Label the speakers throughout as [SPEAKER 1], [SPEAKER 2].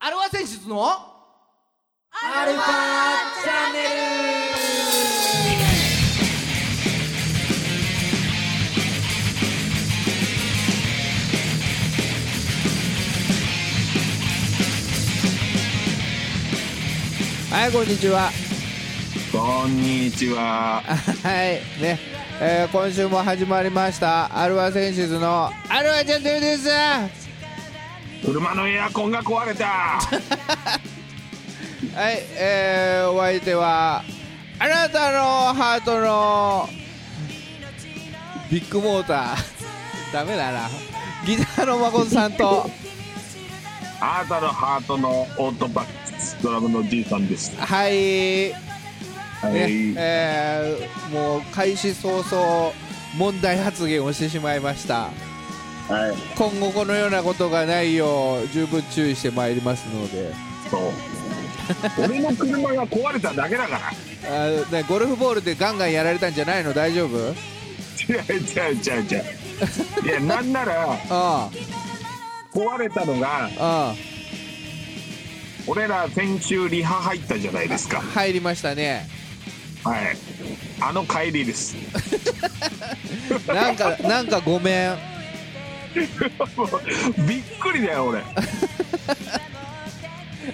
[SPEAKER 1] アルファ選出のアルファチャンネルはいこんにちは
[SPEAKER 2] こんにちは。
[SPEAKER 1] はいね、えー今週も始まりましたアルファ選出のアルファチャンネルです
[SPEAKER 2] 車のエアコンが壊れた。
[SPEAKER 1] はい、えー、お相手はあなたのハートのビッグモー ターダメだなギターの誠さんと
[SPEAKER 2] あなたのハートのオートバックスドラムのじいさんです。
[SPEAKER 1] はい、
[SPEAKER 2] は
[SPEAKER 1] ね
[SPEAKER 2] い。
[SPEAKER 1] えーもう開始早々問題発言をしてしまいました
[SPEAKER 2] はい。
[SPEAKER 1] 今後このようなことがないよう十分注意してまいりますので
[SPEAKER 2] そう。俺の車が壊れただけだから。
[SPEAKER 1] あーねゴルフボールでガンガンやられたんじゃないの大丈夫うん
[SPEAKER 2] 違う違う違う違う。いや、なんなら壊れたのが、
[SPEAKER 1] うん
[SPEAKER 2] 俺ら先週リハ入ったじゃないですか。
[SPEAKER 1] 入りましたね
[SPEAKER 2] はい。あの帰りです。
[SPEAKER 1] なんか、なんかごめん。
[SPEAKER 2] もうびっくりだよ、俺。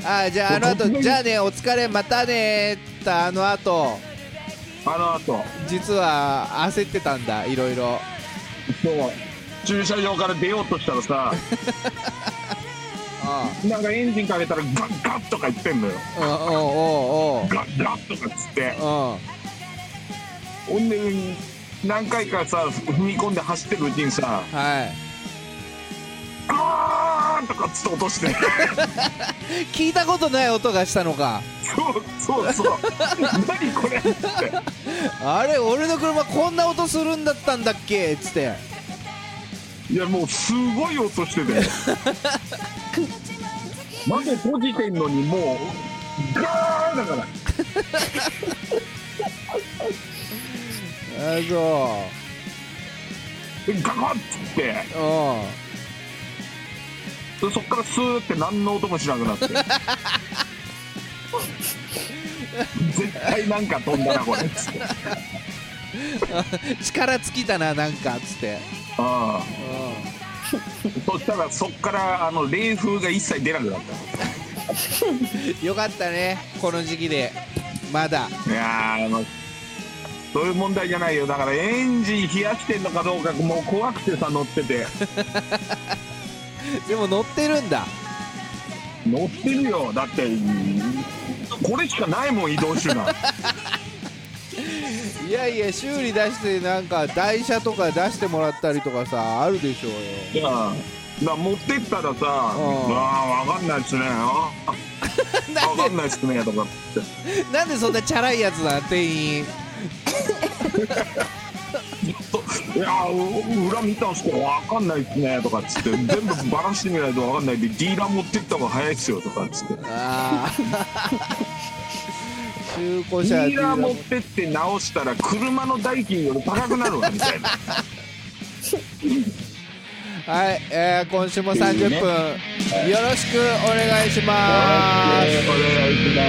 [SPEAKER 1] あ、じゃあ、あの後、じゃあね、お疲れ、またねって、あの後、
[SPEAKER 2] あの後。
[SPEAKER 1] 実は焦ってたんだ、いろいろ。
[SPEAKER 2] そう。駐車場から出ようとしたらさ、なんかエンジンかけたらガッガッとか言ってんのよ。
[SPEAKER 1] うん、うん、おうおうおう
[SPEAKER 2] ガッガッとかっつって
[SPEAKER 1] うん。
[SPEAKER 2] ほんで何回かさ踏み込んで走ってるうちにさ
[SPEAKER 1] は
[SPEAKER 2] 「ガーン!」とかっつって落として
[SPEAKER 1] い。聞いたことない音がしたのか。
[SPEAKER 2] そうそうそう何これっつって
[SPEAKER 1] あれ、俺の車こんな音するんだったんだっけつって。
[SPEAKER 2] いやもうすごい音してて窓閉じてんのにもうガーンだから
[SPEAKER 1] あ、そ
[SPEAKER 2] ガガッつって
[SPEAKER 1] う。うん。
[SPEAKER 2] そっからスーって何の音もしなくなって絶対なんか飛んだなこれっつって
[SPEAKER 1] 力尽きたな、なんか、つって。
[SPEAKER 2] ああ
[SPEAKER 1] う
[SPEAKER 2] そしたらそっからあの冷風が一切出なくなっ
[SPEAKER 1] ん。よかったね、この時期で。まだ。
[SPEAKER 2] たいやーあのそういう問題じゃないよだからエンジン冷やしてんのかどうかもう怖くてさ乗ってて
[SPEAKER 1] でも乗ってるんだ。
[SPEAKER 2] 乗ってるよだってうんこれしかないもん移動手 段
[SPEAKER 1] いやいや修理出してなんか台車とか出してもらったりとかさあるでしょうよ
[SPEAKER 2] いやだから持ってったらさ「ああ分かんないっすねあ分かん ないっすね」とかって
[SPEAKER 1] なんでそんなチャラいやつだ店員
[SPEAKER 2] いやーう裏見たんすけど分かんないっすねとかっつって全部バラしてみないと分かんないんでディーラー持ってった方が早いっすよとかっつって
[SPEAKER 1] ああ 中古
[SPEAKER 2] デ
[SPEAKER 1] 車
[SPEAKER 2] ィーラー持ってって直したら車の代金より高くなるわみた いな
[SPEAKER 1] はい、えー今週も30分
[SPEAKER 2] ね
[SPEAKER 1] よろしくお願いします
[SPEAKER 2] 願いします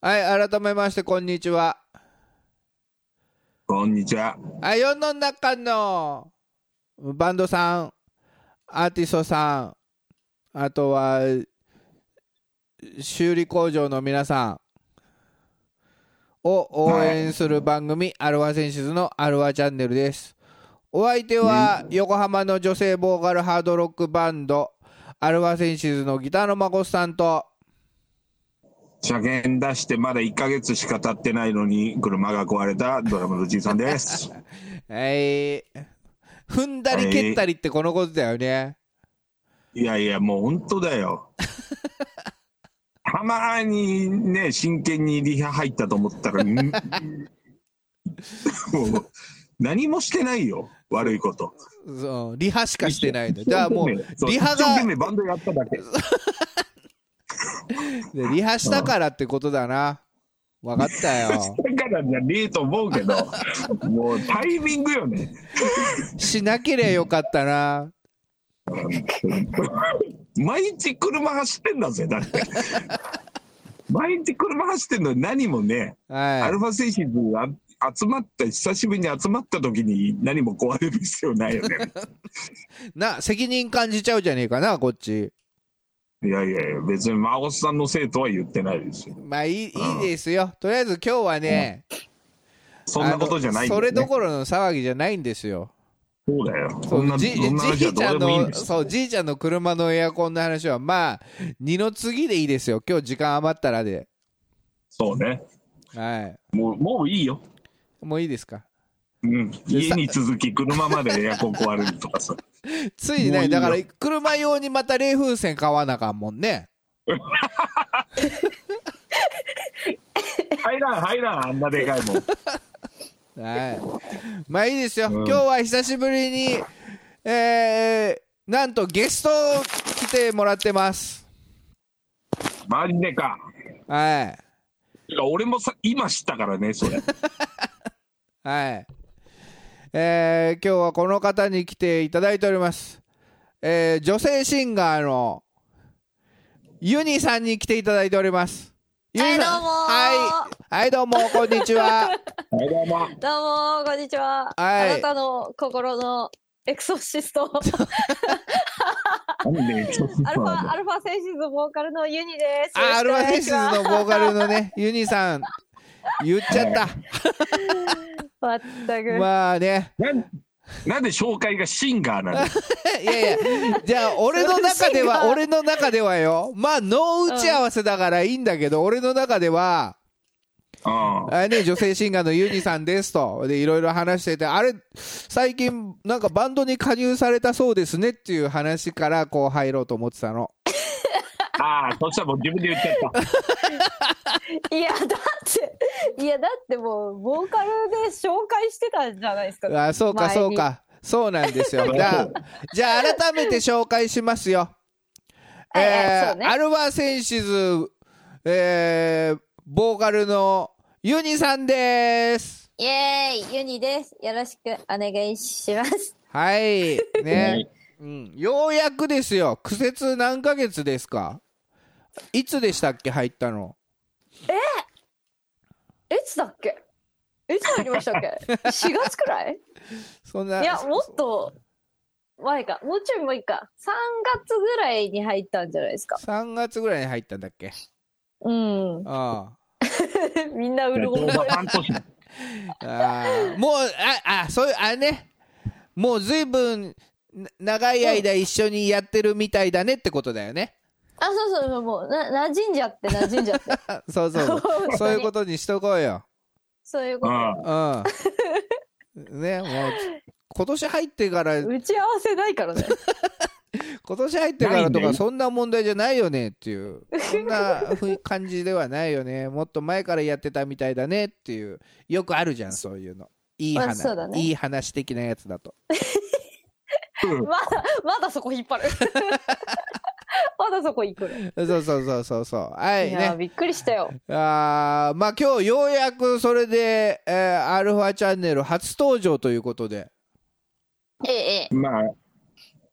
[SPEAKER 1] はい改めましてこんにちは
[SPEAKER 2] こんにちは
[SPEAKER 1] あ世の中のバンドさんアーティストさんあとは修理工場の皆さんを応援する番組、アルファ選手のアルファチャンネルですお相手は横浜の女性ボーカルハードロックバンドアルファ選手のギターのまこさんと
[SPEAKER 2] 車検出してまだ1ヶ月しか経ってないのに車が壊れたドラムのじいさんです
[SPEAKER 1] えー踏んだり蹴ったりってこのことだよね、
[SPEAKER 2] いやいやもう本当だよたまにね真剣にリハ入ったと思 ったらんもう何もしてないよ悪いこと
[SPEAKER 1] そうリハしかしてないんだよだからもう
[SPEAKER 2] そう
[SPEAKER 1] リハが
[SPEAKER 2] 一生懸命バンドやっただけ
[SPEAKER 1] でリハしたからってことだな。分かったよ。
[SPEAKER 2] だからじゃねえと思う けど、もうタイミングよね。
[SPEAKER 1] しなけりゃよかったな。
[SPEAKER 2] 毎日車走ってんだぜ、だ って。毎日車走ってんのに何もね、アル
[SPEAKER 1] は
[SPEAKER 2] ファセンシズあ集まった、久しぶりに集まった時に何も壊れる必要ないよ ね。
[SPEAKER 1] い。な、責任感じちゃうじゃねえかな、こっち。
[SPEAKER 2] いやいやいや、別に真帆さんのせいとは言ってないですよ。
[SPEAKER 1] まあいい、い
[SPEAKER 2] うん
[SPEAKER 1] いですよ。とりあえず今日はね、
[SPEAKER 2] そんなことじゃないん
[SPEAKER 1] あ
[SPEAKER 2] だ
[SPEAKER 1] の
[SPEAKER 2] よ
[SPEAKER 1] そ
[SPEAKER 2] ね
[SPEAKER 1] れどころの騒ぎじゃないんですよ。
[SPEAKER 2] そうだよ。
[SPEAKER 1] そ
[SPEAKER 2] そんな、
[SPEAKER 1] うじ
[SPEAKER 2] そんな話
[SPEAKER 1] じ
[SPEAKER 2] はい
[SPEAKER 1] ちゃ
[SPEAKER 2] どうんでもいいん
[SPEAKER 1] の
[SPEAKER 2] です
[SPEAKER 1] そうじいちゃんの車のエアコンの話はまあ二の次でいいですよ今日時間余ったらで
[SPEAKER 2] そうね。
[SPEAKER 1] は
[SPEAKER 2] もう、もういいよ。
[SPEAKER 1] いもういいですか
[SPEAKER 2] うん。家に続き、車までエアコン壊れると かさ。
[SPEAKER 1] ついに
[SPEAKER 2] もう
[SPEAKER 1] ね
[SPEAKER 2] いいよ
[SPEAKER 1] だから車用にまた冷風船買わなあかんもんね
[SPEAKER 2] 入らん、入らん、あんなでかいもん。
[SPEAKER 1] はいまあいいですよ、
[SPEAKER 2] うん
[SPEAKER 1] 今日は久しぶりにえー、なんとゲストを来てもらってます
[SPEAKER 2] マジでか。
[SPEAKER 1] はい
[SPEAKER 2] 俺もさ、今知ったからね、それ。
[SPEAKER 1] いはいえー、今日はこの方に来ていただいておりますえー、女性シンガーのユニさんに来ていただいておりますユニさん
[SPEAKER 3] はいどうもー
[SPEAKER 1] はい、はい、どうもこんにち は
[SPEAKER 2] はい、どうも。
[SPEAKER 3] どうもこんにちは、
[SPEAKER 1] はい
[SPEAKER 3] あなたの心のエクソシスト
[SPEAKER 2] なんで、ちょっと
[SPEAKER 3] アルファアルファセンシズボーカルのユニです
[SPEAKER 1] あアルファセンシズ
[SPEAKER 3] よろしく
[SPEAKER 1] の
[SPEAKER 3] お願いし
[SPEAKER 1] ボーカルのねユニさん言っちゃった
[SPEAKER 3] ます全く、
[SPEAKER 1] まあね
[SPEAKER 2] なんなんで紹介がシンガ ーなんで
[SPEAKER 1] いやいやじゃあ俺の中では
[SPEAKER 3] シンガー
[SPEAKER 1] 俺の中ではよまあノー打ち合わせだからいいんだけど、俺の中では
[SPEAKER 2] うん
[SPEAKER 1] あれね女性シンガーのユニさんですとでいろいろ話しててあれ最近なんかバンドに加入されたそうですねっていう話からこう入ろうと思ってたの
[SPEAKER 2] ああ、そしたらもう自分で言っちゃった。
[SPEAKER 3] いやだっていやだってもうボーカルで紹介してたんじゃないですか
[SPEAKER 1] あそうか
[SPEAKER 3] 前に
[SPEAKER 1] そうかそうなんです よじゃあじゃあ改めて紹介しますよ
[SPEAKER 3] はいはい
[SPEAKER 1] えー
[SPEAKER 3] そうね
[SPEAKER 1] アルファセンシズ、えーボーカルのユニさんです
[SPEAKER 3] イエーイユニですよろしくお願いします
[SPEAKER 1] はい
[SPEAKER 2] は
[SPEAKER 1] ね
[SPEAKER 2] い、
[SPEAKER 1] うん、ようやくですよ苦節何ヶ月ですかいつでしたっけ入ったの
[SPEAKER 3] いつだっけいつ入りましたっけ4月 くらい
[SPEAKER 1] そんない
[SPEAKER 3] や、もっと前か。もうちょい前か。3月ぐらいに入ったんじゃないですか。
[SPEAKER 1] 3月ぐらいに入ったんだっけ
[SPEAKER 3] うん。
[SPEAKER 1] あ
[SPEAKER 3] みんなう
[SPEAKER 2] ち
[SPEAKER 3] る
[SPEAKER 2] ょ
[SPEAKER 3] ご
[SPEAKER 2] う
[SPEAKER 3] ぼ
[SPEAKER 2] ど
[SPEAKER 3] よ。
[SPEAKER 2] 半年。
[SPEAKER 1] ああーもうああそういうあれねもう随分な長い間一緒にやってるみたいだねってことだよね、
[SPEAKER 3] あ、そうそうそう、もう、な、馴染んじゃって、馴染んじゃって。
[SPEAKER 1] あそう そうそう
[SPEAKER 3] 本当に
[SPEAKER 1] そういうことにしとこうよ
[SPEAKER 3] そういう
[SPEAKER 2] う
[SPEAKER 3] こ
[SPEAKER 2] ん。
[SPEAKER 1] うん。ね、もう、今年入ってから、
[SPEAKER 3] と。打ち合わせないか らね。
[SPEAKER 1] 今年入ってからと
[SPEAKER 2] ない
[SPEAKER 1] か、
[SPEAKER 2] ね
[SPEAKER 1] そんな問題じゃないよねって いう、そんなふい感じではないよね。もっと前からやってたみたいだねっていう、よくあるじゃん、そういうの。いい
[SPEAKER 3] まあ
[SPEAKER 1] 話、
[SPEAKER 3] そうだね
[SPEAKER 1] いい話的なやつだと。
[SPEAKER 2] うん
[SPEAKER 3] まだ、まだそこ引っ張る。 まだそこ行くの。い
[SPEAKER 1] そうそうそうそうそう。はい
[SPEAKER 3] やー、
[SPEAKER 1] ね。
[SPEAKER 3] びっくりしたよ。
[SPEAKER 1] あーまあ今日ようやくそれで、えーアルファチャンネル初登場ということで。
[SPEAKER 3] ええ、ええ。
[SPEAKER 2] まあ、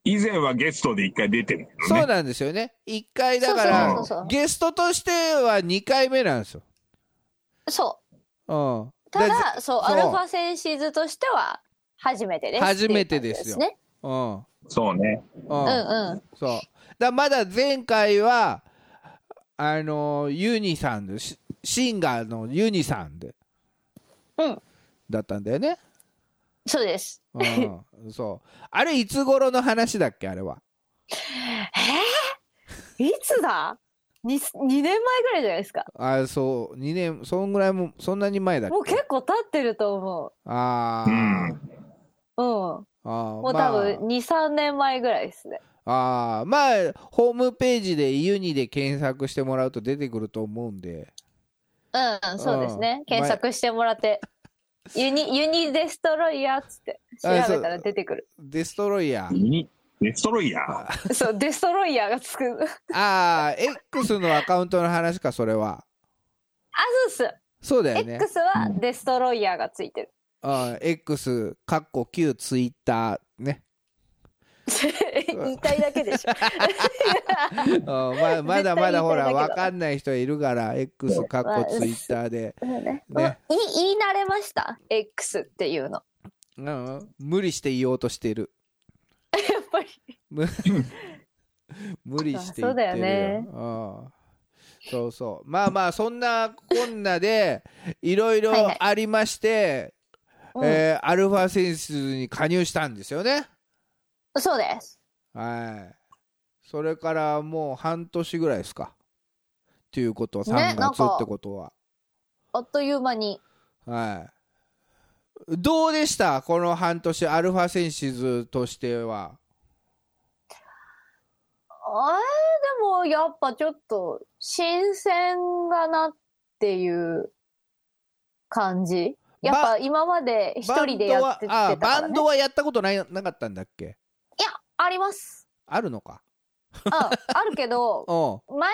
[SPEAKER 2] 以前はゲストで一回出てるけど
[SPEAKER 1] そう
[SPEAKER 2] ね。
[SPEAKER 1] なんですよね。1回だから
[SPEAKER 3] そうそうそうそう
[SPEAKER 1] ゲストとしては2回目なんですよ。
[SPEAKER 3] そ
[SPEAKER 1] うん。
[SPEAKER 3] う。た
[SPEAKER 1] だぜ
[SPEAKER 3] だ、そ
[SPEAKER 1] そう
[SPEAKER 3] う、アルファセンシズとしては、初めてです。
[SPEAKER 1] 初めてですよ
[SPEAKER 3] っていう感
[SPEAKER 1] うん。うん。
[SPEAKER 2] そうね。
[SPEAKER 3] じですね。うんうん。
[SPEAKER 1] そう。だまだ前回は、あのーユニさんで、シシンガーのユニさんで、
[SPEAKER 3] うん。
[SPEAKER 1] だったんだよね。
[SPEAKER 3] そうです。
[SPEAKER 1] うん。そう。あれ、いつ頃の話だっけ、あれは。
[SPEAKER 3] えー、いつだ 2, 二年前ぐらいじゃないですか
[SPEAKER 1] あそう、2年、そんぐらいも、そんなに前だっけ。
[SPEAKER 3] もう結構経ってると思
[SPEAKER 1] あ
[SPEAKER 2] う
[SPEAKER 1] ー
[SPEAKER 3] ううん
[SPEAKER 2] ん。
[SPEAKER 1] あー。
[SPEAKER 3] もう
[SPEAKER 1] ま
[SPEAKER 3] 多
[SPEAKER 1] あ
[SPEAKER 3] 分23年前ぐらいですね
[SPEAKER 1] ああまあホームページでユニで検索してもらうと出てくると思うんで
[SPEAKER 3] うんそうです
[SPEAKER 1] う
[SPEAKER 3] ね
[SPEAKER 1] ん
[SPEAKER 3] 検索してもらってユニユニデストロイヤーっつって調
[SPEAKER 1] あそう
[SPEAKER 3] べたら出て くる
[SPEAKER 1] デストロイ ヤー
[SPEAKER 2] にデストロイヤー。
[SPEAKER 3] そうデストロイヤー がつくあ
[SPEAKER 1] ああ X のアカウントの話かそれは
[SPEAKER 3] そうっす
[SPEAKER 1] そうだよね
[SPEAKER 3] X はデストロイヤーがついてる。
[SPEAKER 1] あ X かっこ旧ツイッター ね
[SPEAKER 3] 言いたいだ けでしょ。
[SPEAKER 1] うんままだまだほら
[SPEAKER 3] 絶対言いたいだけだ
[SPEAKER 1] 分かんない人いるから X かっこツイッターで、
[SPEAKER 3] ね
[SPEAKER 1] ね
[SPEAKER 3] い言い慣れました X っていうの。
[SPEAKER 1] うん、無理して言おうとしてる
[SPEAKER 3] やっぱり。
[SPEAKER 1] む 無理して言ってるよ
[SPEAKER 3] そうだよね
[SPEAKER 1] うんそうそうまあまあそんなこんなでいろいろ
[SPEAKER 3] はいはい
[SPEAKER 1] ありまして
[SPEAKER 3] うん
[SPEAKER 1] えーアルファセンスに加入したんですよね
[SPEAKER 3] そうです。
[SPEAKER 1] はいそれからもう半年ぐらいですかっていうことは
[SPEAKER 3] ね
[SPEAKER 1] 3
[SPEAKER 3] なん
[SPEAKER 1] 月
[SPEAKER 3] か
[SPEAKER 1] ってことは、
[SPEAKER 3] あっという間に。
[SPEAKER 1] はいどうでしたこの半年アルファセンシズとしては
[SPEAKER 3] あれでもやっぱちょっと新鮮だなっていう感じ。やっ
[SPEAKER 1] ば
[SPEAKER 3] ぱ今まで一人でやってきて
[SPEAKER 1] バ
[SPEAKER 3] た
[SPEAKER 1] ンドはあ
[SPEAKER 3] か
[SPEAKER 1] バ
[SPEAKER 3] ら
[SPEAKER 1] ン
[SPEAKER 3] ね
[SPEAKER 1] ド。はやったことないなかったんだっけ
[SPEAKER 3] いや、あります。
[SPEAKER 1] あるのか
[SPEAKER 3] うん、あるけど、
[SPEAKER 1] お
[SPEAKER 3] 前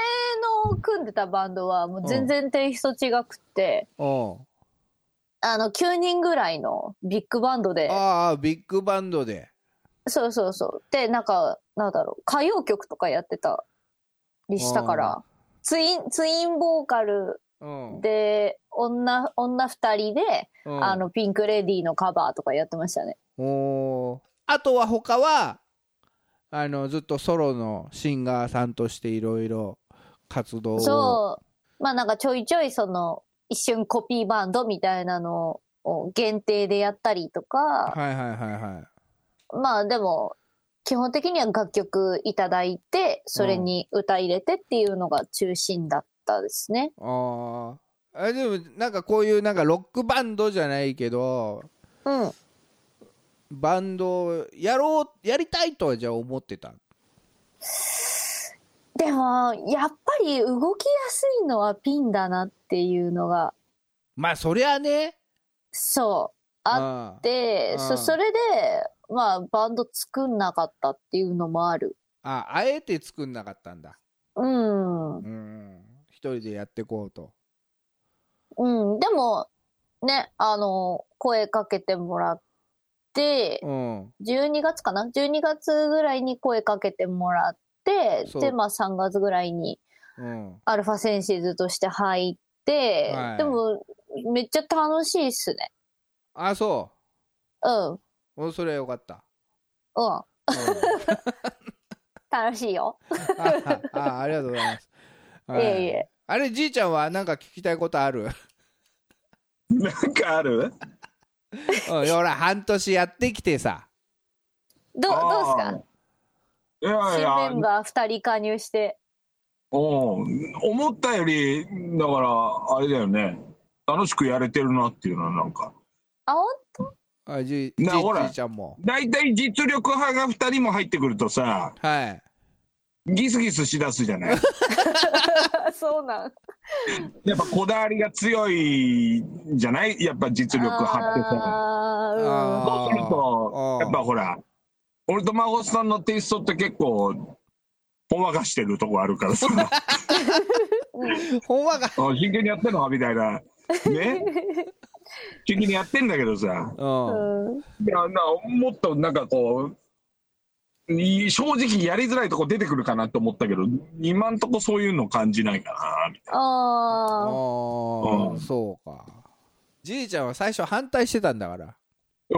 [SPEAKER 3] の組んでたバンドはもう全然テイスト違くって、
[SPEAKER 1] うんお
[SPEAKER 3] あの9人ぐらいのビッグバンド
[SPEAKER 1] う
[SPEAKER 3] で、
[SPEAKER 1] ああビッグバンドで
[SPEAKER 3] そうそうそう。で、なんか、なんだろう、歌謡曲とかやってたりしたから、ツイン、ツインボーカル
[SPEAKER 1] うん
[SPEAKER 3] で、女、女二人で、
[SPEAKER 1] うん
[SPEAKER 3] あの、ピンクレディーのカバーとかやってましたね。
[SPEAKER 1] おーあとは他はあのずっとソロのシンガーさんとしていろいろ活動を
[SPEAKER 3] そう。まあなんかちょいちょいその、一瞬コピーバンドみたいなのを限定でやったりとか、
[SPEAKER 1] はいはいはいはい
[SPEAKER 3] まあでも、基本的には楽曲いただいて、それに歌入れてっていうのが中心だったですね。
[SPEAKER 1] ああでもなんかこういうなんかロックバンドじゃないけど
[SPEAKER 3] うん。
[SPEAKER 1] バンドをやろうやりたいとはじゃあ思ってた
[SPEAKER 3] でも、やっぱり動きやすいのはピンだなっていうのが、
[SPEAKER 1] まあそりゃね
[SPEAKER 3] そう、あ
[SPEAKER 1] あ
[SPEAKER 3] って、
[SPEAKER 1] うん
[SPEAKER 3] そそれで、まあ、バンド作んなかったっていうのもある。
[SPEAKER 1] ああえて作んなかったんだ
[SPEAKER 3] うん。
[SPEAKER 1] う
[SPEAKER 3] う
[SPEAKER 1] ん一人でやってこうと
[SPEAKER 3] ん。でも、ね、あの、声かけてもらって、
[SPEAKER 1] うん
[SPEAKER 3] 12月かな ?12 月ぐらいに声かけてもらって、
[SPEAKER 1] そう
[SPEAKER 3] で、まあ3月ぐらいに
[SPEAKER 1] うん
[SPEAKER 3] アルファセンシズとして入って、
[SPEAKER 1] はい
[SPEAKER 3] でも、めっちゃ楽しいっすね。
[SPEAKER 1] あそ
[SPEAKER 3] うん。うん。
[SPEAKER 1] うおそれはよかった、うん
[SPEAKER 3] 楽しいよ。
[SPEAKER 1] ああありがとうございます。はい
[SPEAKER 3] いえいえ
[SPEAKER 1] あれじいちゃんはなんか聞きたいことあ る？
[SPEAKER 2] なんかある
[SPEAKER 1] うん、ほら半年やってきてさ、
[SPEAKER 3] どう
[SPEAKER 2] あー
[SPEAKER 3] どうですか
[SPEAKER 2] いやい
[SPEAKER 3] 新
[SPEAKER 2] や
[SPEAKER 3] メン、バー2人加入して
[SPEAKER 2] うん思ったより、だから、あれだよね。楽しくやれてるなっていうのはなんか。
[SPEAKER 3] あほん
[SPEAKER 1] あじいじい
[SPEAKER 2] なほら
[SPEAKER 1] じいちゃんも、
[SPEAKER 2] 大体実力派が2人も入ってくるとさ、
[SPEAKER 1] はい。
[SPEAKER 2] ギスギスしだすじゃ ない
[SPEAKER 3] そうなん
[SPEAKER 2] やっぱこだわりが強いじゃないやっぱ実力派ってさ。
[SPEAKER 3] あー
[SPEAKER 1] あ
[SPEAKER 2] そうすると
[SPEAKER 1] あ、ー
[SPEAKER 2] やっぱほら、俺と孫さんのテイストって結構、ほんわかしてるとこあるか らさ、あ
[SPEAKER 1] ほんわか。
[SPEAKER 2] 真剣にやってんのかみたいな。ね真剣にやってんだけどさ。
[SPEAKER 1] うん。
[SPEAKER 3] うんうん
[SPEAKER 2] いやなもっとなんかこうい正直やりづらいとこ出てくるかなと思ったけど今んとこそういうの感じないかなみたい
[SPEAKER 1] ああ、
[SPEAKER 3] あ
[SPEAKER 2] うん
[SPEAKER 1] そうか。じいちゃんは最初反対してたんだから。
[SPEAKER 3] ー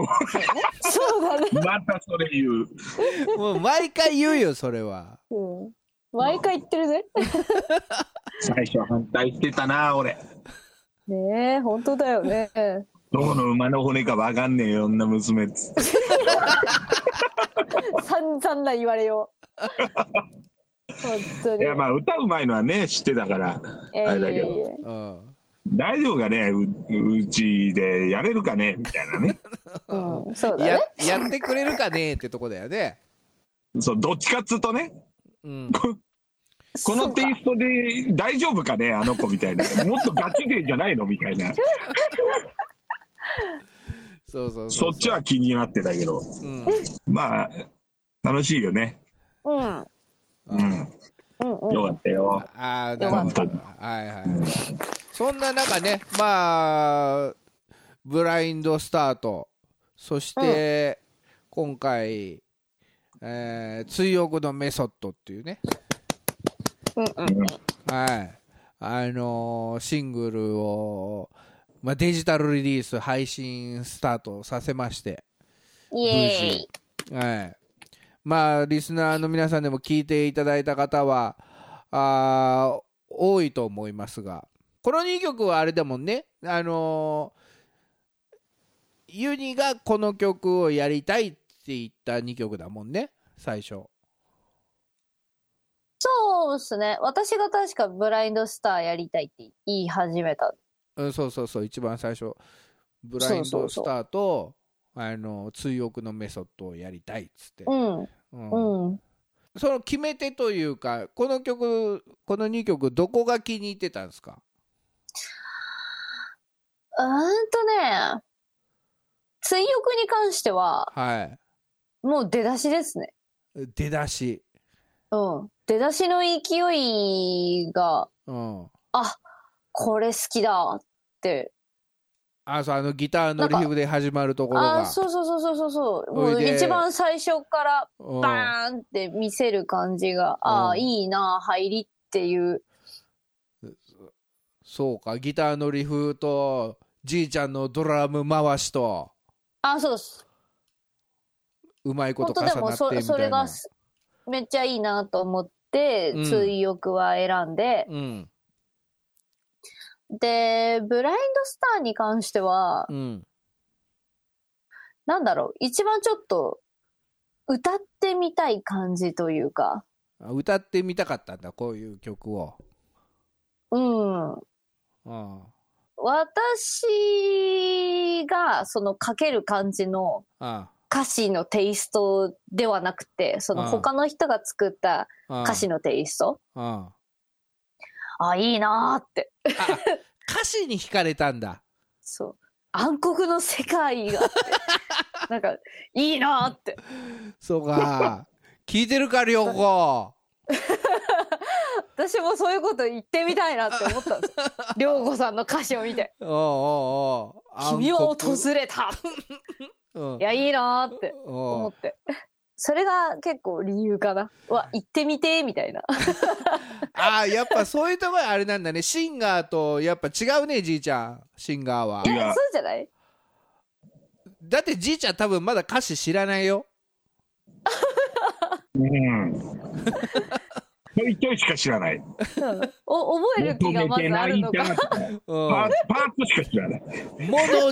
[SPEAKER 3] そうだね、
[SPEAKER 2] なまたそれ言う
[SPEAKER 1] もう毎回言うよそれは。
[SPEAKER 3] うん、毎回言ってるね
[SPEAKER 2] 最初反対してたな俺
[SPEAKER 3] ねえ本当だよね
[SPEAKER 2] どこの馬の骨かわかんねえよ女娘っつって
[SPEAKER 3] 散々な言われよう本当に
[SPEAKER 2] いやまあ歌うまいのはね知ってたから
[SPEAKER 3] いやいやいや
[SPEAKER 2] あれだ
[SPEAKER 1] うん。
[SPEAKER 2] 大丈夫かねううちでやれるかねみたいなね
[SPEAKER 3] うん、そうだ
[SPEAKER 1] や
[SPEAKER 3] ね
[SPEAKER 1] やってくれるかねってとこだよね。
[SPEAKER 2] そうどっちかっつうとね
[SPEAKER 1] うん。
[SPEAKER 2] こ
[SPEAKER 3] そ
[SPEAKER 2] の
[SPEAKER 3] う
[SPEAKER 2] テ
[SPEAKER 3] か
[SPEAKER 2] イストで大丈夫かねあの子みたいなもっとガチ勢じゃないのみたいな
[SPEAKER 1] そうそうそ。
[SPEAKER 2] そうっちは気になってたけど
[SPEAKER 1] うん。
[SPEAKER 2] まあ、楽しいよね。
[SPEAKER 3] うん
[SPEAKER 2] うん。
[SPEAKER 3] うんうん
[SPEAKER 2] よかったよ。
[SPEAKER 1] ああ、なるほど。はいはい。そんな中ね、まあ、ブラインドスタート、そして、今回、えー、追憶のメソッドっていうね、
[SPEAKER 3] うんうん
[SPEAKER 1] はい、あのーシングルを、まあ、デジタルリリース、配信スタートさせまして、
[SPEAKER 3] イエーイ
[SPEAKER 1] はい。まあ、リスナーの皆さんでも聞いていただいた方は、あー多いと思いますが、この2曲はあれだもんね、あのーユニがこの曲をやりたいって言った2曲だもんね、最初。
[SPEAKER 3] そうですね。私が確かブラインドスターやりたいって言い始めた。
[SPEAKER 1] うん、そうそうそう、一番最初、ブラインドスターと、あの、追憶のメソッドをやりたいっつって。
[SPEAKER 3] うん、
[SPEAKER 1] うん
[SPEAKER 3] うん。
[SPEAKER 1] その決め手というか、この曲、この2曲、どこが気に入ってたんですか
[SPEAKER 3] うーんとね、追憶に関しては、
[SPEAKER 1] はい。
[SPEAKER 3] もう出だしですね。
[SPEAKER 1] 出だし。
[SPEAKER 3] うん。出だしの勢いが、
[SPEAKER 1] うん。
[SPEAKER 3] あ、これ好きだって。
[SPEAKER 1] あ、そう、あのギターのリフで始まるところ
[SPEAKER 3] あ
[SPEAKER 1] が。
[SPEAKER 3] ーそうそうそうそうそうそう。も
[SPEAKER 1] お
[SPEAKER 3] う
[SPEAKER 1] いで
[SPEAKER 3] 一番最初から
[SPEAKER 1] うん
[SPEAKER 3] バーンって見せる感じが、あ
[SPEAKER 1] う
[SPEAKER 3] あ、
[SPEAKER 1] ん
[SPEAKER 3] いいな、入りっていう。
[SPEAKER 1] そうか、ギターのリフと、じいちゃんのドラム回しと、
[SPEAKER 3] あ、そうです。
[SPEAKER 1] うまいこ
[SPEAKER 3] 本
[SPEAKER 1] と
[SPEAKER 3] 当
[SPEAKER 1] 重
[SPEAKER 3] で
[SPEAKER 1] な
[SPEAKER 3] も
[SPEAKER 1] ってみたい
[SPEAKER 3] そ
[SPEAKER 1] な。
[SPEAKER 3] それがすめっちゃいいなと思って、
[SPEAKER 1] うん
[SPEAKER 3] 追憶は選んで、
[SPEAKER 1] うん。
[SPEAKER 3] でブラインドスターに関しては、
[SPEAKER 1] うん。
[SPEAKER 3] なんだろう一番ちょっと歌ってみたい感じというか
[SPEAKER 1] あ歌ってみたかったんだ、こういう曲を。
[SPEAKER 3] うん
[SPEAKER 1] うん。
[SPEAKER 3] 私がそのかける感じの
[SPEAKER 1] あ
[SPEAKER 3] 歌詞のテイストではなくてその
[SPEAKER 1] うん
[SPEAKER 3] 他の人が作った
[SPEAKER 1] あ
[SPEAKER 3] 歌詞
[SPEAKER 1] の。
[SPEAKER 3] のテイスト、
[SPEAKER 1] うん
[SPEAKER 3] あいいなーって
[SPEAKER 1] あ歌詞に惹かれたんだ。
[SPEAKER 3] そう。暗黒の世 界があってなんか、いいなーって。
[SPEAKER 1] そう か。聞いてるか、りょうこ。
[SPEAKER 3] 私もそういうこと言ってみたいなって思ったんですよ。り ょうごさんの歌詞を見て。
[SPEAKER 1] おうおうおう。
[SPEAKER 3] 君は
[SPEAKER 1] を
[SPEAKER 3] 訪れた。
[SPEAKER 1] うん
[SPEAKER 3] い。や、いいなーって
[SPEAKER 1] お
[SPEAKER 3] 思
[SPEAKER 1] う
[SPEAKER 3] って。それが結構理由かな。うわ、行ってみてーみたいな。
[SPEAKER 1] ああ、やっぱそういうところあれなんだね。シンガーとやっぱ違うね、じいちゃん。シンガーは。
[SPEAKER 2] い
[SPEAKER 3] そ
[SPEAKER 2] や
[SPEAKER 3] うじゃない
[SPEAKER 1] だってじいちゃん多分まだ歌詞知らないよ。
[SPEAKER 2] うん。ちょいちょいしか知らない。
[SPEAKER 3] うんお覚える気
[SPEAKER 2] 求
[SPEAKER 3] が
[SPEAKER 2] め
[SPEAKER 3] ま
[SPEAKER 2] て
[SPEAKER 3] ずあ
[SPEAKER 2] な
[SPEAKER 3] る
[SPEAKER 2] い
[SPEAKER 3] の
[SPEAKER 2] だ
[SPEAKER 3] か。
[SPEAKER 1] うん。も
[SPEAKER 2] パーパーツしか知らない。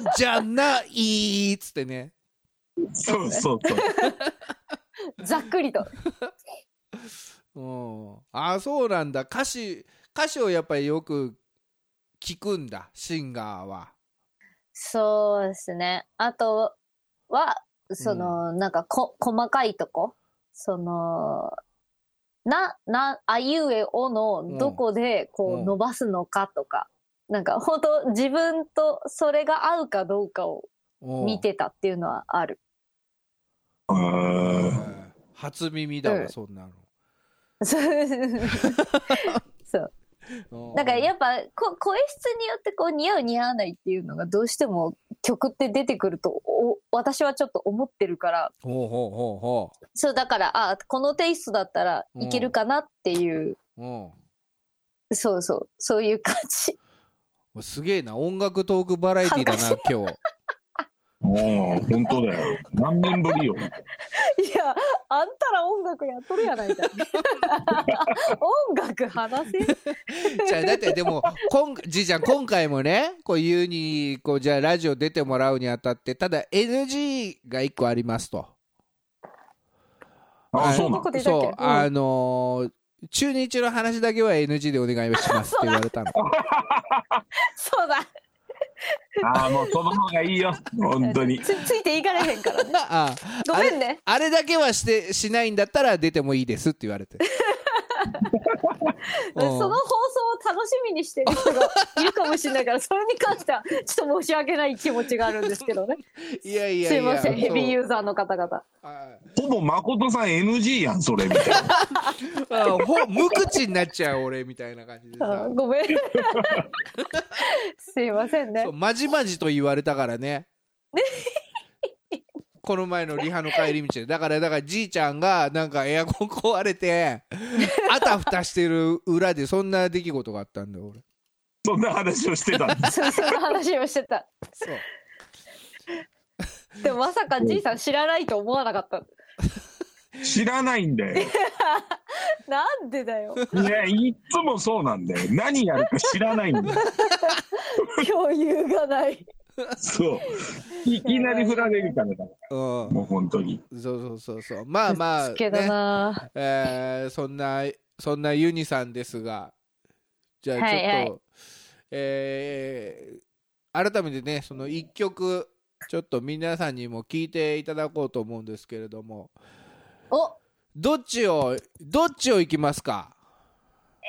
[SPEAKER 1] のじゃないっつってね。
[SPEAKER 2] そうそう そう。
[SPEAKER 3] ざっくりと。
[SPEAKER 1] うん。ああ、そうなんだ。歌詞、歌詞をやっぱりよく聞くんだ、シンガーは。
[SPEAKER 3] そうですね。あとは、その、なんかこ、細かいとこ。その、な、な、あいうえお
[SPEAKER 1] うん
[SPEAKER 3] の、どこで、こ
[SPEAKER 1] う
[SPEAKER 3] う、
[SPEAKER 1] ん
[SPEAKER 3] 伸ばすのかとか。なんか、本当自分とそれが合うかどうかを
[SPEAKER 1] うん
[SPEAKER 3] 見。てたっていうのはある。
[SPEAKER 1] う
[SPEAKER 2] あ
[SPEAKER 1] ん初耳だ
[SPEAKER 3] う
[SPEAKER 1] わ、
[SPEAKER 3] ん
[SPEAKER 1] そんなの。
[SPEAKER 3] そう。
[SPEAKER 1] う
[SPEAKER 3] なんか、やっぱ、こ声質によって、こう、似合う似合わないっていうのが、どうしても曲って出てくると、お私はちょっと思ってるから、
[SPEAKER 1] ほうほうほうほう。
[SPEAKER 3] そう、だから、あ、このテイストだったらいけるかなっていう、
[SPEAKER 1] うん
[SPEAKER 3] そうそう、そういう感じ。
[SPEAKER 1] もうすげえな音楽トークバラエティだな今日
[SPEAKER 2] あ。もう、本当だよ。何年ぶりよ。
[SPEAKER 3] いや、あんたら音楽やっとるやないか。音楽話せ
[SPEAKER 1] じゃあだってでも今じいちゃん今回もねこういうにこうじゃあラジオ出てもらうにあたってただ NG が1個ありますと
[SPEAKER 2] あ
[SPEAKER 1] は
[SPEAKER 2] あ、
[SPEAKER 1] い
[SPEAKER 2] そうな
[SPEAKER 3] どこ
[SPEAKER 2] の。
[SPEAKER 3] でだっけ
[SPEAKER 1] そう、
[SPEAKER 3] うん
[SPEAKER 1] あのー中日の話だけは NG でお願いしますって言われたの
[SPEAKER 3] そうだ。
[SPEAKER 2] ああ、もう、その方がいいよ。本当に。
[SPEAKER 3] つついていかれへんからね。
[SPEAKER 1] あ
[SPEAKER 3] ごめんね。
[SPEAKER 1] あれだけはしてしないんだったら出てもいいですって言われて
[SPEAKER 3] その放送を楽しみにしてる人がいるかもしれないから、それに関しては、ちょっと申し訳ない気持ちがあるんですけどね。
[SPEAKER 1] いやいや
[SPEAKER 3] すいません、ヘビーユ
[SPEAKER 1] ー
[SPEAKER 3] ーザーの方々。
[SPEAKER 2] ほぼ誠さん NG やん、それ、みたいな。
[SPEAKER 1] ほ無口になっちゃう俺みたいな感じで
[SPEAKER 3] あ
[SPEAKER 1] さ
[SPEAKER 3] ごめん。 すいませんね
[SPEAKER 1] そう。まじまじと言われたから ねこの前のリハの帰り道でだからだからじいちゃんがなんかエアコン壊れてあたふたしてる裏でそんな出来事があったんだよ俺
[SPEAKER 2] そんな話をしてたんです。
[SPEAKER 3] そう その話をしてた。
[SPEAKER 1] そう
[SPEAKER 3] でもまさかじいさん知らないと思わなかった。
[SPEAKER 2] 知らないんだよ。
[SPEAKER 3] なんでだ よ。
[SPEAKER 2] ね、いつもそうなんだよ。何やるか知らないんだよ。
[SPEAKER 3] 共有がない。
[SPEAKER 2] そう。いきなり振られるからだ。
[SPEAKER 1] うん
[SPEAKER 2] もう本当に。
[SPEAKER 1] そうそうそうそうまあまあ、
[SPEAKER 3] けど
[SPEAKER 1] ね
[SPEAKER 3] な。
[SPEAKER 1] えーそんなそんなユニさんですがじゃあちょっと、
[SPEAKER 3] はいはい
[SPEAKER 1] えー改めてねその1曲ちょっと皆さんにも聞いていただこうと思うんですけれども
[SPEAKER 3] お、
[SPEAKER 1] どっちをどっちをいきますか
[SPEAKER 3] え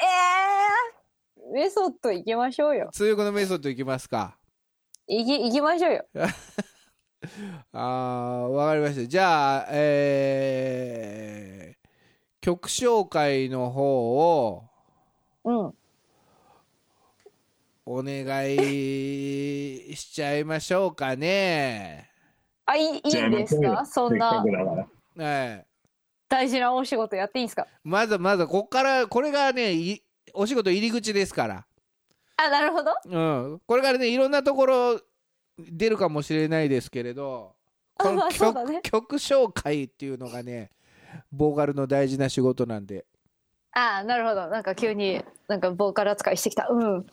[SPEAKER 3] ー、メソッド行きましょうよ。
[SPEAKER 1] 通訳のメソッドいきますか
[SPEAKER 3] 行き、行きましょうよ。
[SPEAKER 1] あーわかりましたじゃあえー曲紹介の方を
[SPEAKER 3] うん。
[SPEAKER 1] お願いしちゃいましょうかね。
[SPEAKER 3] あ、いい、いいんです
[SPEAKER 2] じゃあやめて
[SPEAKER 3] か
[SPEAKER 2] よ
[SPEAKER 3] そんな
[SPEAKER 2] せっかくだから。
[SPEAKER 1] はい、
[SPEAKER 3] 大事なお仕事やっていいんですか
[SPEAKER 1] まだまだこっからこれがねいお仕事入り口ですから、
[SPEAKER 3] あ、なるほど。
[SPEAKER 1] うん、これからねいろんなところ出るかもしれないですけれどこ
[SPEAKER 3] あま
[SPEAKER 1] の
[SPEAKER 3] あ
[SPEAKER 1] 曲,、
[SPEAKER 3] そうだね
[SPEAKER 1] 曲紹介っていうのがねボーカルの大事な仕事なんで
[SPEAKER 3] あ、なるほど。なんか急に、なんかボーカル扱いしてきた。うん。
[SPEAKER 1] は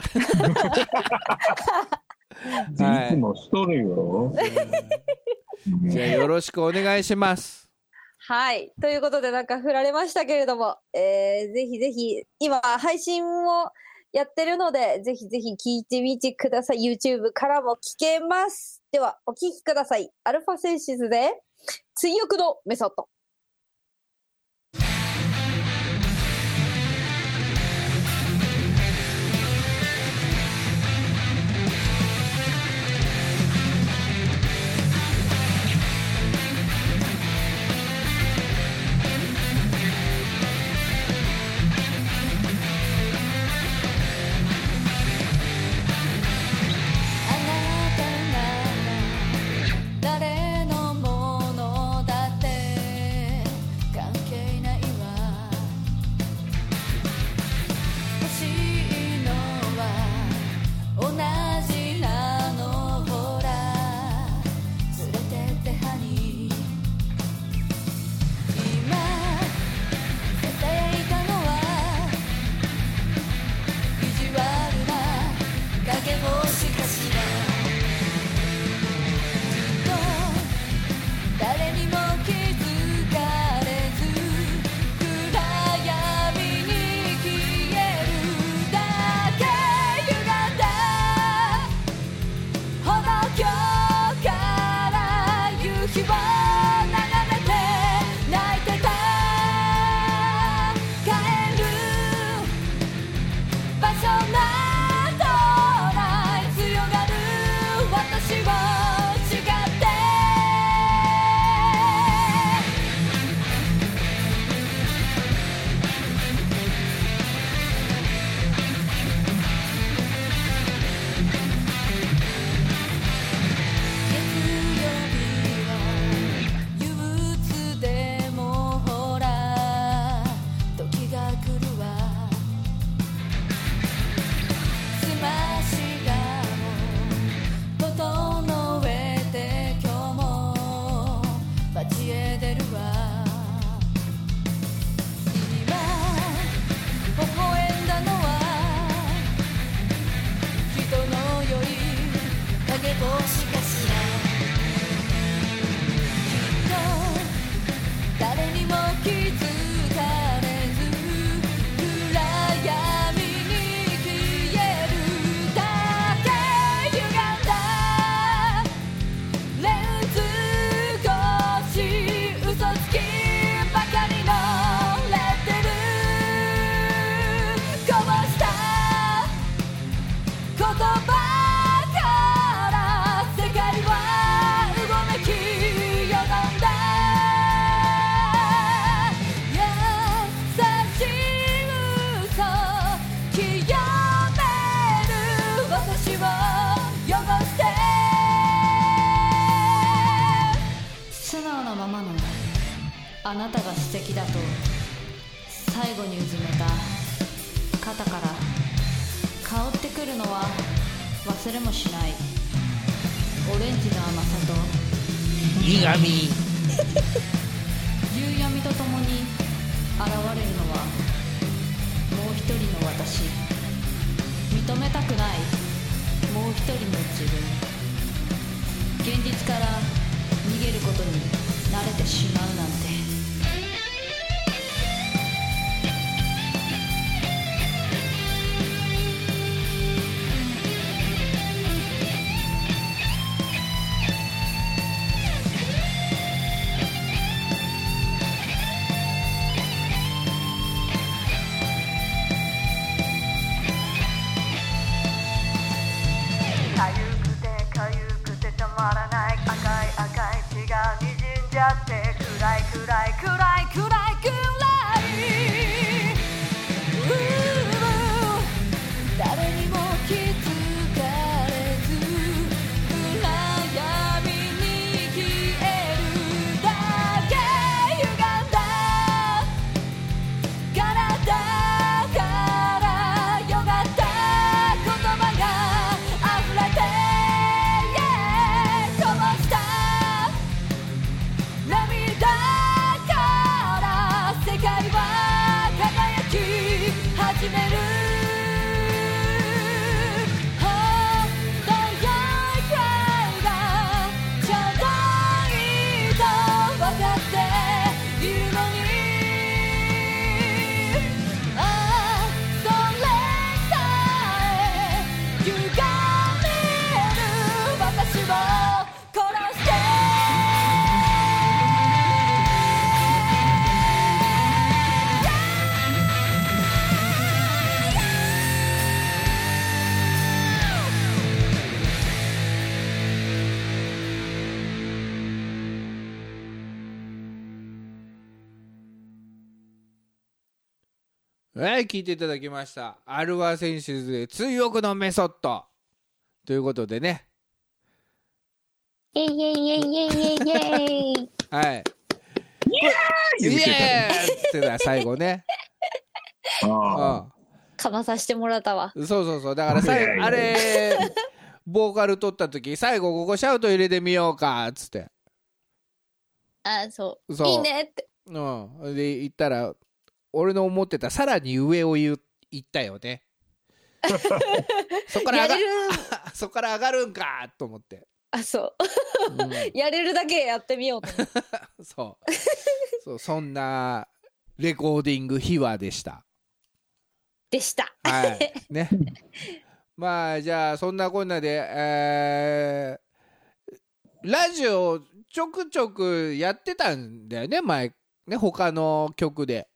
[SPEAKER 1] い
[SPEAKER 2] いつもしとるよ。うん
[SPEAKER 1] じゃあよろしくお願いします。
[SPEAKER 3] はい。ということで、なんか振られましたけれども、えー、ぜひぜひ、今、配信もやってるので、ぜひぜひ聞いてみてください。YouTube からも聞けます。では、お聞きください。アルファセンシスで、追憶のメソッド。
[SPEAKER 4] 「あなたなら誰のものだって関係ないわ」「欲しいのは同じなのほら」「連れてってハニー」「今輝いたのは」「意地悪な影星かしら」「ずっと誰にも気づかれず」「暗闇に消えるだけ歪んだ」「歩道橋から夕日を眺めて泣いてた」「帰る」場所などない強がる私を誓って月曜日は憂鬱でもほら時が来るわ「すましたを整えて今日も街へ出るわ」「今微笑んだのは人のよい影星かしら」「きっと」誰にも気づかれず暗闇に消えるだけ歪んだレンズ越し嘘つきあなたが素敵だと最後にうずめた肩から香ってくるのは忘れもしないオレンジの甘さと
[SPEAKER 5] 苦味
[SPEAKER 4] 夕闇とともに現れるのはもう一人の私認めたくないもう一人の自分現実から逃げることに慣れてしまうなんて
[SPEAKER 6] かゆくてかゆくてたまらない赤い赤い血が滲んじゃって暗い暗い暗い暗い暗いう
[SPEAKER 4] 誰にも気づかれず暗闇に消えるだけ歪んだ体からよがった言葉が溢れてこぼした「涙から世界は輝き始める」「ほんとやいがちゃないと分かっているのに」「ああそれさえ歪める私を殺して」
[SPEAKER 1] はい、聞いていただきました。アルワ選手で追憶のメソッド。ということでね。
[SPEAKER 3] イェイイェイイェイイェイイェイイェイ
[SPEAKER 1] はい。イエ
[SPEAKER 2] 言
[SPEAKER 1] ー
[SPEAKER 2] うてたね
[SPEAKER 1] イってな、最後ね。う
[SPEAKER 2] あ
[SPEAKER 1] ん。
[SPEAKER 3] かまさせてもらったわ。
[SPEAKER 1] そうそうそう。だからさい、
[SPEAKER 2] いやいや
[SPEAKER 1] あれ、ボーカル取った時、最後ここシャウト入れてみようか、っつって。
[SPEAKER 3] あそう。
[SPEAKER 1] そう
[SPEAKER 3] いいねって。
[SPEAKER 1] うん。で、言ったら、俺の思ってたさらに上を言う言ったよ ね。そこから
[SPEAKER 3] や
[SPEAKER 1] 上が
[SPEAKER 3] れる、
[SPEAKER 1] あ そこから上がるんかと思って。
[SPEAKER 3] あ、そう。
[SPEAKER 1] うん
[SPEAKER 3] やれるだけやってみようと思って。
[SPEAKER 1] そうそうそんなレコーディング秘話でした
[SPEAKER 3] でした。
[SPEAKER 1] はいねまあじゃあそんなこんなで、えーラジオちょくちょくやってたんだよね前ね他の曲で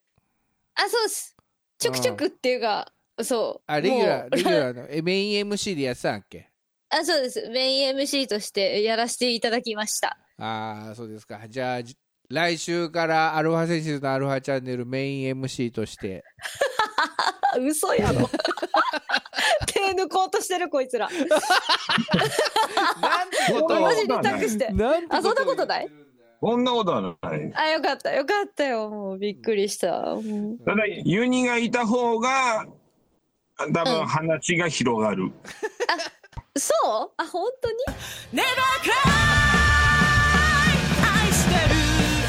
[SPEAKER 3] あ、そうっす。ちょくちょくっていうか、そう。
[SPEAKER 1] あレギュラ
[SPEAKER 3] もう
[SPEAKER 1] ーレギュラーのえメイン MC でやってたんだっけ
[SPEAKER 3] あ、そうです。メイン MC としてやらせていただきました。
[SPEAKER 1] ああそうですかじゃあじ来週からアルファセンシズのアルファチャンネルメイン MC として
[SPEAKER 3] あ、 嘘や ろ。手抜こうとしてる、こいつら。
[SPEAKER 1] なんてこ
[SPEAKER 2] そう
[SPEAKER 1] と
[SPEAKER 3] マジに託して
[SPEAKER 1] を。なんて
[SPEAKER 3] あ、そんなこと
[SPEAKER 1] だ
[SPEAKER 3] ない
[SPEAKER 2] こんなことはない。
[SPEAKER 3] あ、よかった、よかったよ。もうびっくりした。もう
[SPEAKER 2] ただ、ユニがいた方が、多
[SPEAKER 3] うん
[SPEAKER 2] 分話が広がる。
[SPEAKER 3] そうあ、本当に
[SPEAKER 4] ネバークライ愛してる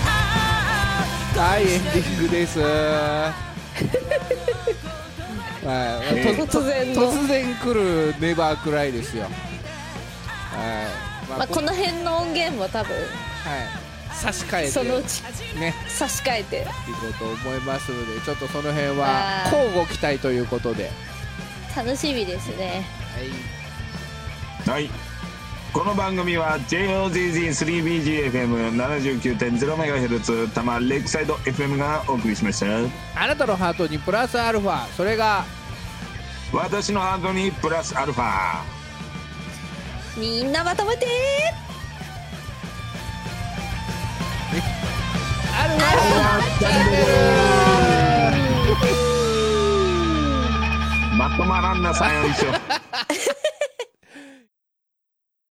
[SPEAKER 4] あ
[SPEAKER 1] はい、エンディングです。はい
[SPEAKER 2] え
[SPEAKER 1] と
[SPEAKER 3] 突然の。
[SPEAKER 1] 突然来るネバークライですよ。はい、
[SPEAKER 3] まあ、こ
[SPEAKER 1] は
[SPEAKER 3] の辺の音源も多分、
[SPEAKER 1] い、差し替えて
[SPEAKER 3] そのうち
[SPEAKER 1] ね、
[SPEAKER 3] 差し替えて。
[SPEAKER 1] いこうと思いますので、ちょっとその辺は
[SPEAKER 3] あー
[SPEAKER 1] 交互期待ということで。
[SPEAKER 3] 楽しみですね。
[SPEAKER 2] はい。この番組は JOZZ3BGFM79.0MHz 多摩レイクサイド FM がお送りしました。
[SPEAKER 1] あなたのハートにプラスアルファ、それが
[SPEAKER 2] 私のハートにプラスアルファ。
[SPEAKER 3] みんなまとめて
[SPEAKER 1] アルファチャンネル。
[SPEAKER 2] まとまらんなさよ、一緒。